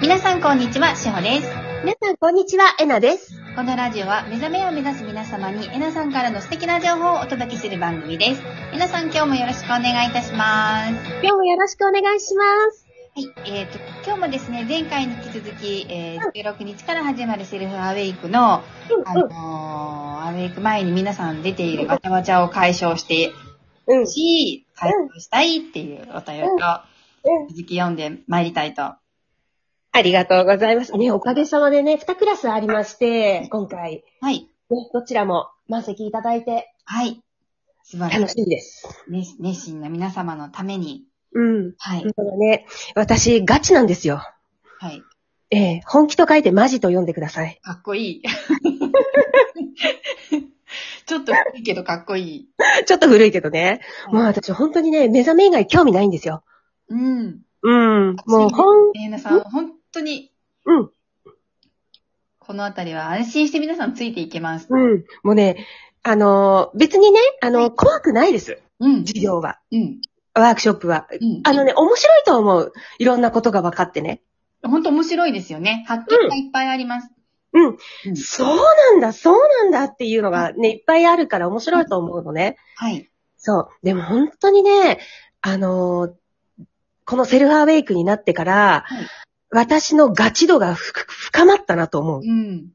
皆さんこんにちは、しほです。皆さん、こんにちは。えなです。このラジオは目覚めを目指す皆様に、えなさんからの素敵な情報をお届けする番組です。えなさん今日もよろしくお願いいたします。今日もよろしくお願いします。はい、えーと、今日もですね、前回に引き続き、えー16日から始まるセルフアウェイクの、あのーアウェイク前に皆さん出ているわちゃわちゃを解消してうん。うん。うほしい、解消したいっていうお便りをん。続き読んでまいりたいと。ありがとうございます。ね、おかげさまでね、2クラスありまして、今回、はい、ね、どちらも満席いただいて、はい。素晴らしい楽しみです。熱熱心な皆様のために、うん。はい本、当だね。私、ガチなんですよ。はい、ええ本気と書いてマジと読んでください。かっこいい。 ちょっと古いけどかっこいい。ちょっと古いけどね。もう私、本当にね、目覚め以外興味ないんですよ。うん。うん。もう、ほん、えなさん、本当に、うん。このあたりは安心して皆さんついていけます。うん。もうね、あの、別にね、あの、怖くないです。うん。授業は。うん。ワークショップは。うん。あのね、面白いと思う。いろんなことが分かってね。本当面白いですよね。発見がいっぱいあります。うん。うんそうなんだ、そうなんだっていうのがね、いっぱいあるから面白いと思うのね。はい。そう。でも本当にね、あのーこのセルフアウェイクになってから、はい私のガチ度がふく深まったなと思う。うん。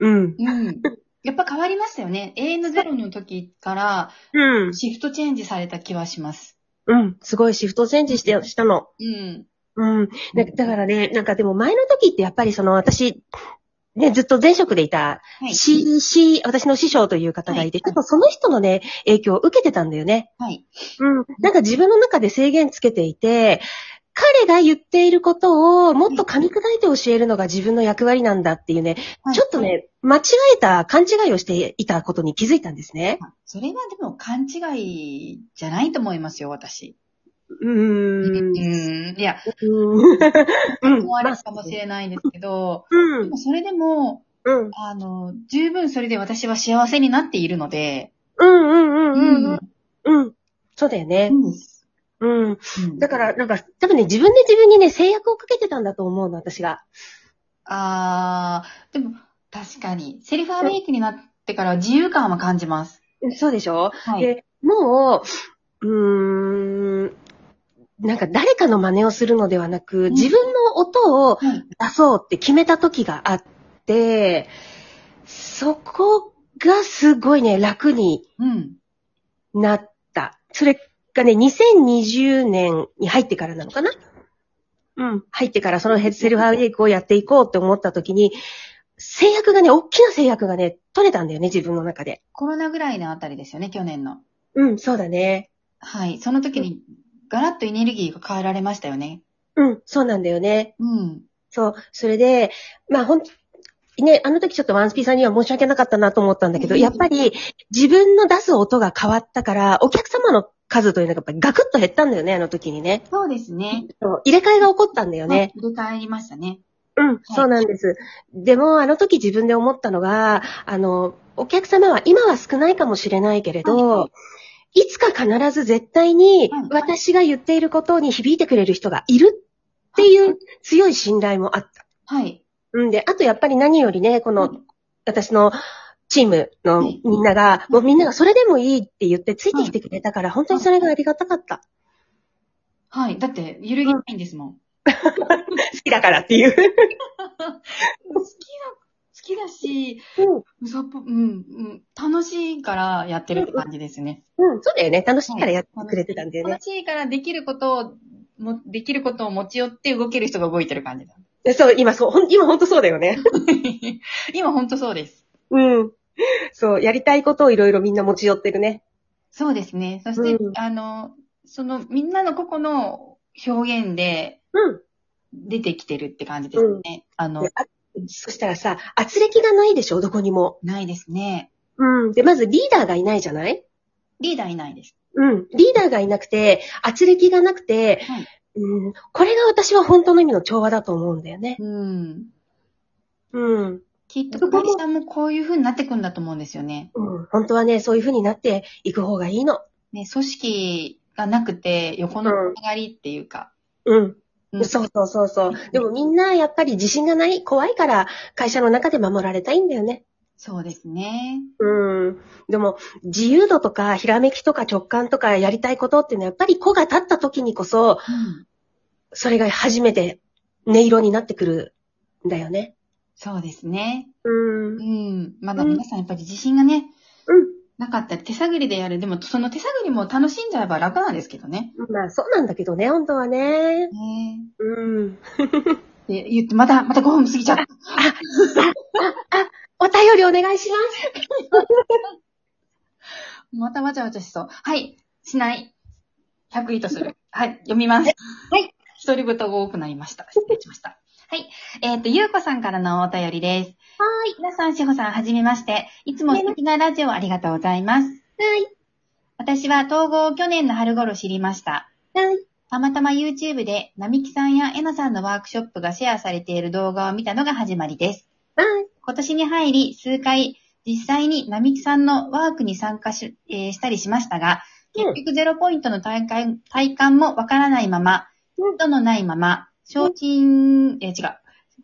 うん。うん。やっぱ変わりましたよね。永遠のゼロの時からうん。シフトチェンジされた気はします。うん。すごいシフトチェンジして、したの。うん。うん。だだからね、なんかでも前の時ってやっぱりその私、ね、ずっと前職でいたはい。 CC、私の師匠という方がいて、はいちょっとその人のね、影響を受けてたんだよね。はい。うん。なんか自分の中で制限つけていて、彼が言っていることをもっと噛み砕いて教えるのが自分の役割なんだっていうね、はいちょっと。ね、間違えた、勘違いをしていたことに気づいたんですね。あそれはでも勘違いじゃないと思いますよ、私。うーん。うん。いや、うん。うん思われるかもしれないですけど、うでん。もそれでも、うん。あの、十分それで私は幸せになっているので、うん。うん。うん。うん。ううん。そうだよね。ん。です。うん。うんだから、なんか、多分ね、自分で自分にね、制約をかけてたんだと思うの、私が。あー、でも、確かに、セルフアウェイクになってから自由感は感じます。そうでしょ、はい。で、もう、うーん、なんか誰かの真似をするのではなく、ん自分の音をはい出そうって決めた時があって、そこがすごいね、楽にうん。なった。それがね、2020年に入ってからなのかなうん。入ってからそのヘセルフアウェイクをやっていこうって思った時に、制約がね、大きな制約がね、取れたんだよね、自分の中で。コロナぐらいのあたりですよね、去年の。うん、そうだね。はい。その時に、ガラッとエネルギーが変えられましたよね。うん、そうなんだよね。うん。そう。それで、まあほん、ね、あの時ちょっとワンスピーさんには申し訳なかったなと思ったんだけど、やっぱり自分の出す音が変わったから、お客様の数というのがやっぱりガクッと減ったんだよね、あの時にね。そうですね。そう入れ替えが起こったんだよね。はい入れ替えりましたね。うん、そうなんです。でも、あの時自分で思ったのが、あの、お客様は今は少ないかもしれないけれど、、はいつか必ず絶対にはい私が言っていることに響いてくれる人がいるっていう強い信頼もあった。はい。うんで、あとやっぱり何よりね、こうの、私のチームのはいみんなが、もうみんながそれでもいいって言ってついてきてくれたから、本当にそれがありがたかった。はい。だって、揺るぎないんですもん。好きだからっていう。好きだ、好きだし、うん嘘っぽ、うん、うん、楽しいからやってるって感じですね。うん、そうだよね。楽しいからやってくれてたんだよね。楽しいからできることを、も、できることを持ち寄って動ける人が動いてる感じだ。 でそう、今そう、ほん今本当そうだよね。 今ほんとそうです。うん。そう、やりたいことをいろいろみんな持ち寄ってるね。そうですね。そして、うんあの、その、みんなの個々の表現でうん。出てきてるって感じですね。あので、あそしたらさ、圧力がないでしょ、どこにも。ないですね。うん。で、まずリーダーがいないじゃないリーダーいないです。うん。リーダーがいなくて、圧力がなくて、はいうん、これが私は本当の意味の調和だと思うんだよね。うん。うん。きっと会社もこういう風になってくんだと思うんですよね。うん、本当はね、そういう風になっていく方がいいの。ね、組織がなくて横のつながりっていうか、うん。うんそうそうそうそう。でもみんなやっぱり自信がない、怖いから会社の中で守られたいんだよね。そうですね。うん。でも自由度とかひらめきとか直感とかやりたいことっていうのはやっぱり子が立った時にこそ、うん。それが初めて音色になってくるんだよね。そうですね。うん。う。うんん。まだうん皆さんやっぱり自信がね、なかったり、手探りでやる。でも、その手探りも楽しんじゃえば楽なんですけどね。まあそうなんだけどね、本当はね。ねうん。え。で、言って、また、また5分過ぎちゃった。お便りお願いします。またわちゃわちゃしそう。はい。しない。100位とする。はい。読みます。はい。一人言が多くなりました。失礼しました。はい。えっ、と、ゆうこさんからのお便りです。はい。皆さん、しほさん、はじめまして。いつも素敵なラジオありがとうございます。はい。私は統合を去年の春頃知りました。はい。たまたま YouTube で、なみきさんやえなさんのワークショップがシェアされている動画を見たのが始まりです。はい。今年に入り、数回、実際に並木さんのワークに参加し,、えーしたりしましたが、うん結局ゼロポイントの体感体感もわからないまま、うんヒントのないまま、正真、えー違う。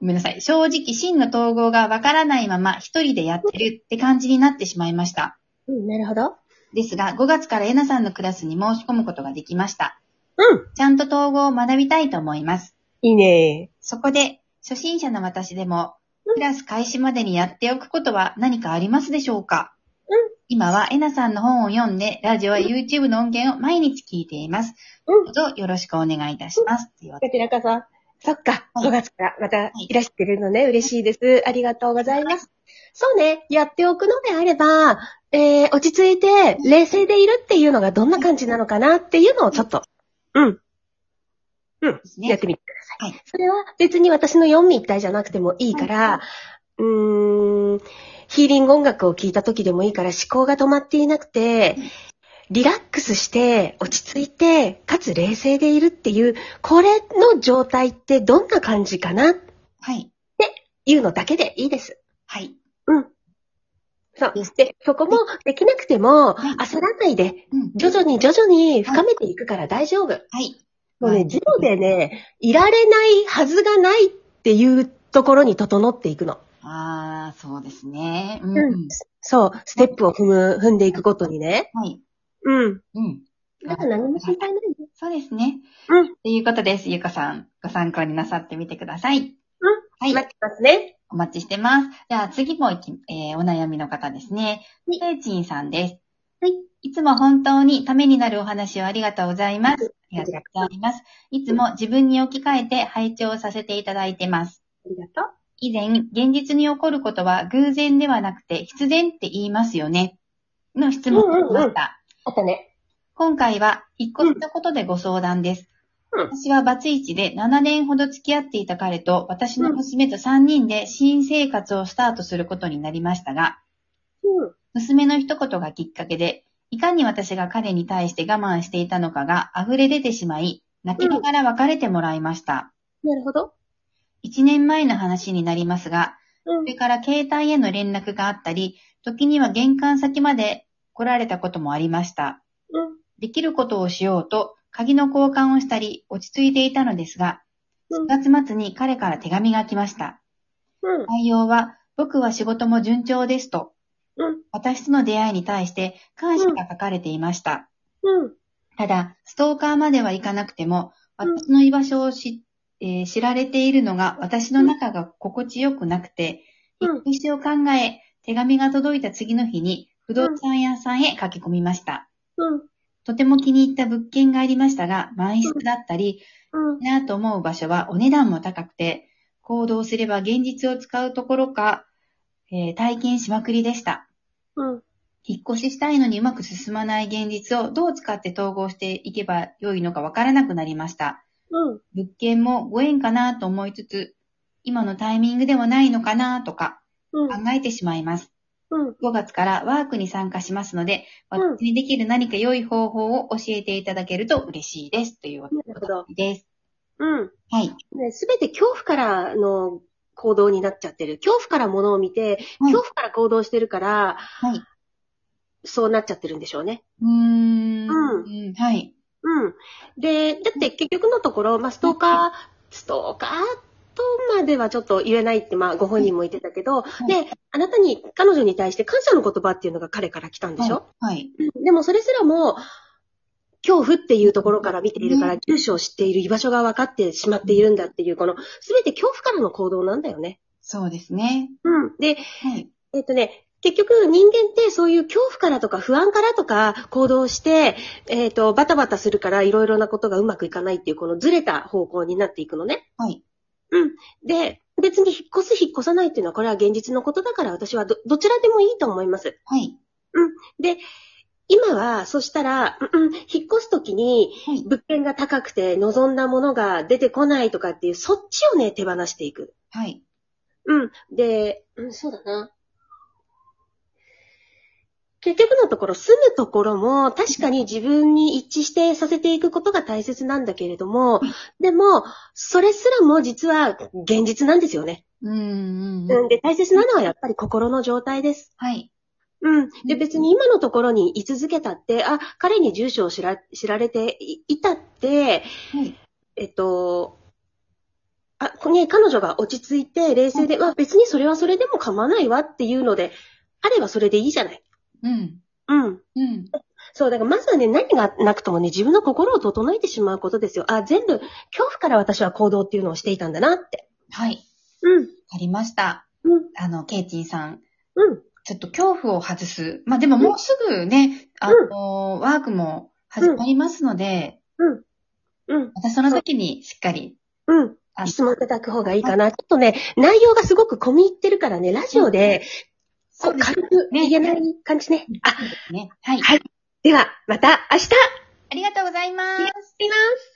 ごめんなさい。正直、真の統合がわからないまま、一人でやってるって感じになってしまいました。うん、なるほど。ですが、5月からえなさんのクラスに申し込むことができました。うん。ちゃんと統合を学びたいと思います。いいね。そこで、初心者の私でもう、んクラス開始までにやっておくことは何かありますでしょうかうん今はえなさんの本を読んで、ラジオや YouTube の音源を毎日聞いています。うんどうぞよろしくお願いいたします。というわけこちらこそ。そっか、はい5月からまたいいらしてくれるのね、嬉しいです。ありがとうございます。そうね、やっておくのであれば、えー、落ち着いて、冷静でいるっていうのがどんな感じなのかなっていうのをちょっと、うん、ですやっね。てみてください。はそれは別に私の四味一体じゃなくてもいいから、うーん、ヒーリング音楽を聴いた時でもいいから思考が止まっていなくてうん、リラックスして、落ち着いて、かつ冷静でいるっていう、これの状態ってどんな感じかなってはい。いうのだけでいいです。はい。そうです。で、そこもできなくてもはい焦らないで、うん。徐々に徐々に深めていくから大丈夫。はい。もうはね、いゼロでね、いられないはずがないっていうところに整っていくの。あー、そうですね。うん。うんそう、ステップを踏む、踏んでいくことにね。はい。うん。うん。だから何も心配ないよ。そうですね。うんということです。ゆうこさん、ご参考になさってみてください。うん。はい。待ってますね。お待ちしてます。じゃあ次もいき、えーお悩みの方ですね。ペーチンさんです。はい。いつも本当にためになるお話をありがとうございます。ありがとうございます。いつも自分に置き換えて拝聴させていただいてます。ありがと以前、現実に起こることは偶然ではなくて必然って言いますよね。の質問が来ました。うんうんうんう。あとね。今回は、一個したことでご相談です。うん私はバツイチで7年ほど付き合っていた彼と私の娘と3人で新生活をスタートすることになりましたが、うん。娘の一言がきっかけで、いかに私が彼に対して我慢していたのかが溢れ出てしまい、泣きながら別れてもらいました。なるほど。 1年前の話になりますが、うそれから携帯への連絡があったり、時には玄関先まで来られたこともありました。うん。できることをしようと、鍵の交換をしたり、落ち着いていたのですが、うん9月末に彼から手紙が来ました。うん。内容は、僕は仕事も順調ですと、うん。私との出会いに対して感謝が書かれていました。うん。ただ、ストーカーまではいかなくても、うん私の居場所を知,、えー知られているのが私の中が心地よくなくて、う引んっ越しを考え、手紙が届いた次の日に不動産屋さんへ駆け込みました。うん。とても気に入った物件がありましたが、満室だったり、うん。いいなと思う場所はお値段も高くて、行動すれば現実を使うところか、えー体験しまくりでした。うん。引っ越ししたいのにうまく進まない現実をどう使って統合していけば良いのかわからなくなりました。うん。物件もご縁かなと思いつつ、今のタイミングではないのかなとかうん。考えてしまいます。うん。 5月からワークに参加しますので、うん私にできる何か良い方法を教えていただけると嬉しいです。というなるほどことです。うん。はい。ね、すべて恐怖からの行動になっちゃってる。恐怖からものを見て、はい恐怖から行動してるから、はい。そうなっちゃってるんでしょうね。うーん。うんん。はい。うん。で、だって結局のところ、まあ、ストーカーストーカーとまではちょっと言えないって、まあ、ご本人も言ってたけど、いで、あなたに、彼女に対して感謝の言葉っていうのが彼から来たんでしょ、はい。うんでもそれすらも、恐怖っていうところから見ているから、住所を知っている居場所が分かってしまっているんだっていう、この、すべて恐怖からの行動なんだよね。そうですね。うん。で、はい。えっとね、結局人間ってそういう恐怖からとか不安からとか行動して、えっ、と、バタバタするからいろいろなことがうまくいかないっていう、このずれた方向になっていくのね。はい。で、別に引っ越す引っ越さないっていうのはこれは現実のことだから私はど、どちらでもいいと思います。はい。今は、そしたら、うんうん、引っ越すときにはい。物件が高くて望んだものが出てこないとかっていう、そっちをね、手放していく。はい。うん。で、うん、そうだな。結局のところ、住むところも、確かに自分に一致してさせていくことが大切なんだけれども、でも、それすらも実は現実なんですよね。うんうんう。うんん。で、大切なのはやっぱり心の状態です。はい。うん。で、別に今のところに居続けたって、あ、彼に住所を知ら、知られていいたって、はい。えっと、あ、こね、彼女が落ち着いて、冷静で、まあ別にそれはそれでも構わないわっていうので、あればそれでいいじゃない。うん。うん。うん。そう、だからまずはね、何がなくともね、自分の心を整えてしまうことですよ。あ、全部、恐怖から私は行動っていうのをしていたんだなって。はい。うん。わかりました。うん。あの、ケイティさん。うん。ちょっと恐怖を外す。まあ、でももうすぐね、あの、ワークも始まりますので、うん。またその時にしっかり。うん。あ質問いただく方がいいかな。ちょっとね、内容がすごく込み入ってるからね、ラジオで、こう軽くね言えない感じね。あ、ね。はい。はいでは、また明日ありがとうございます。います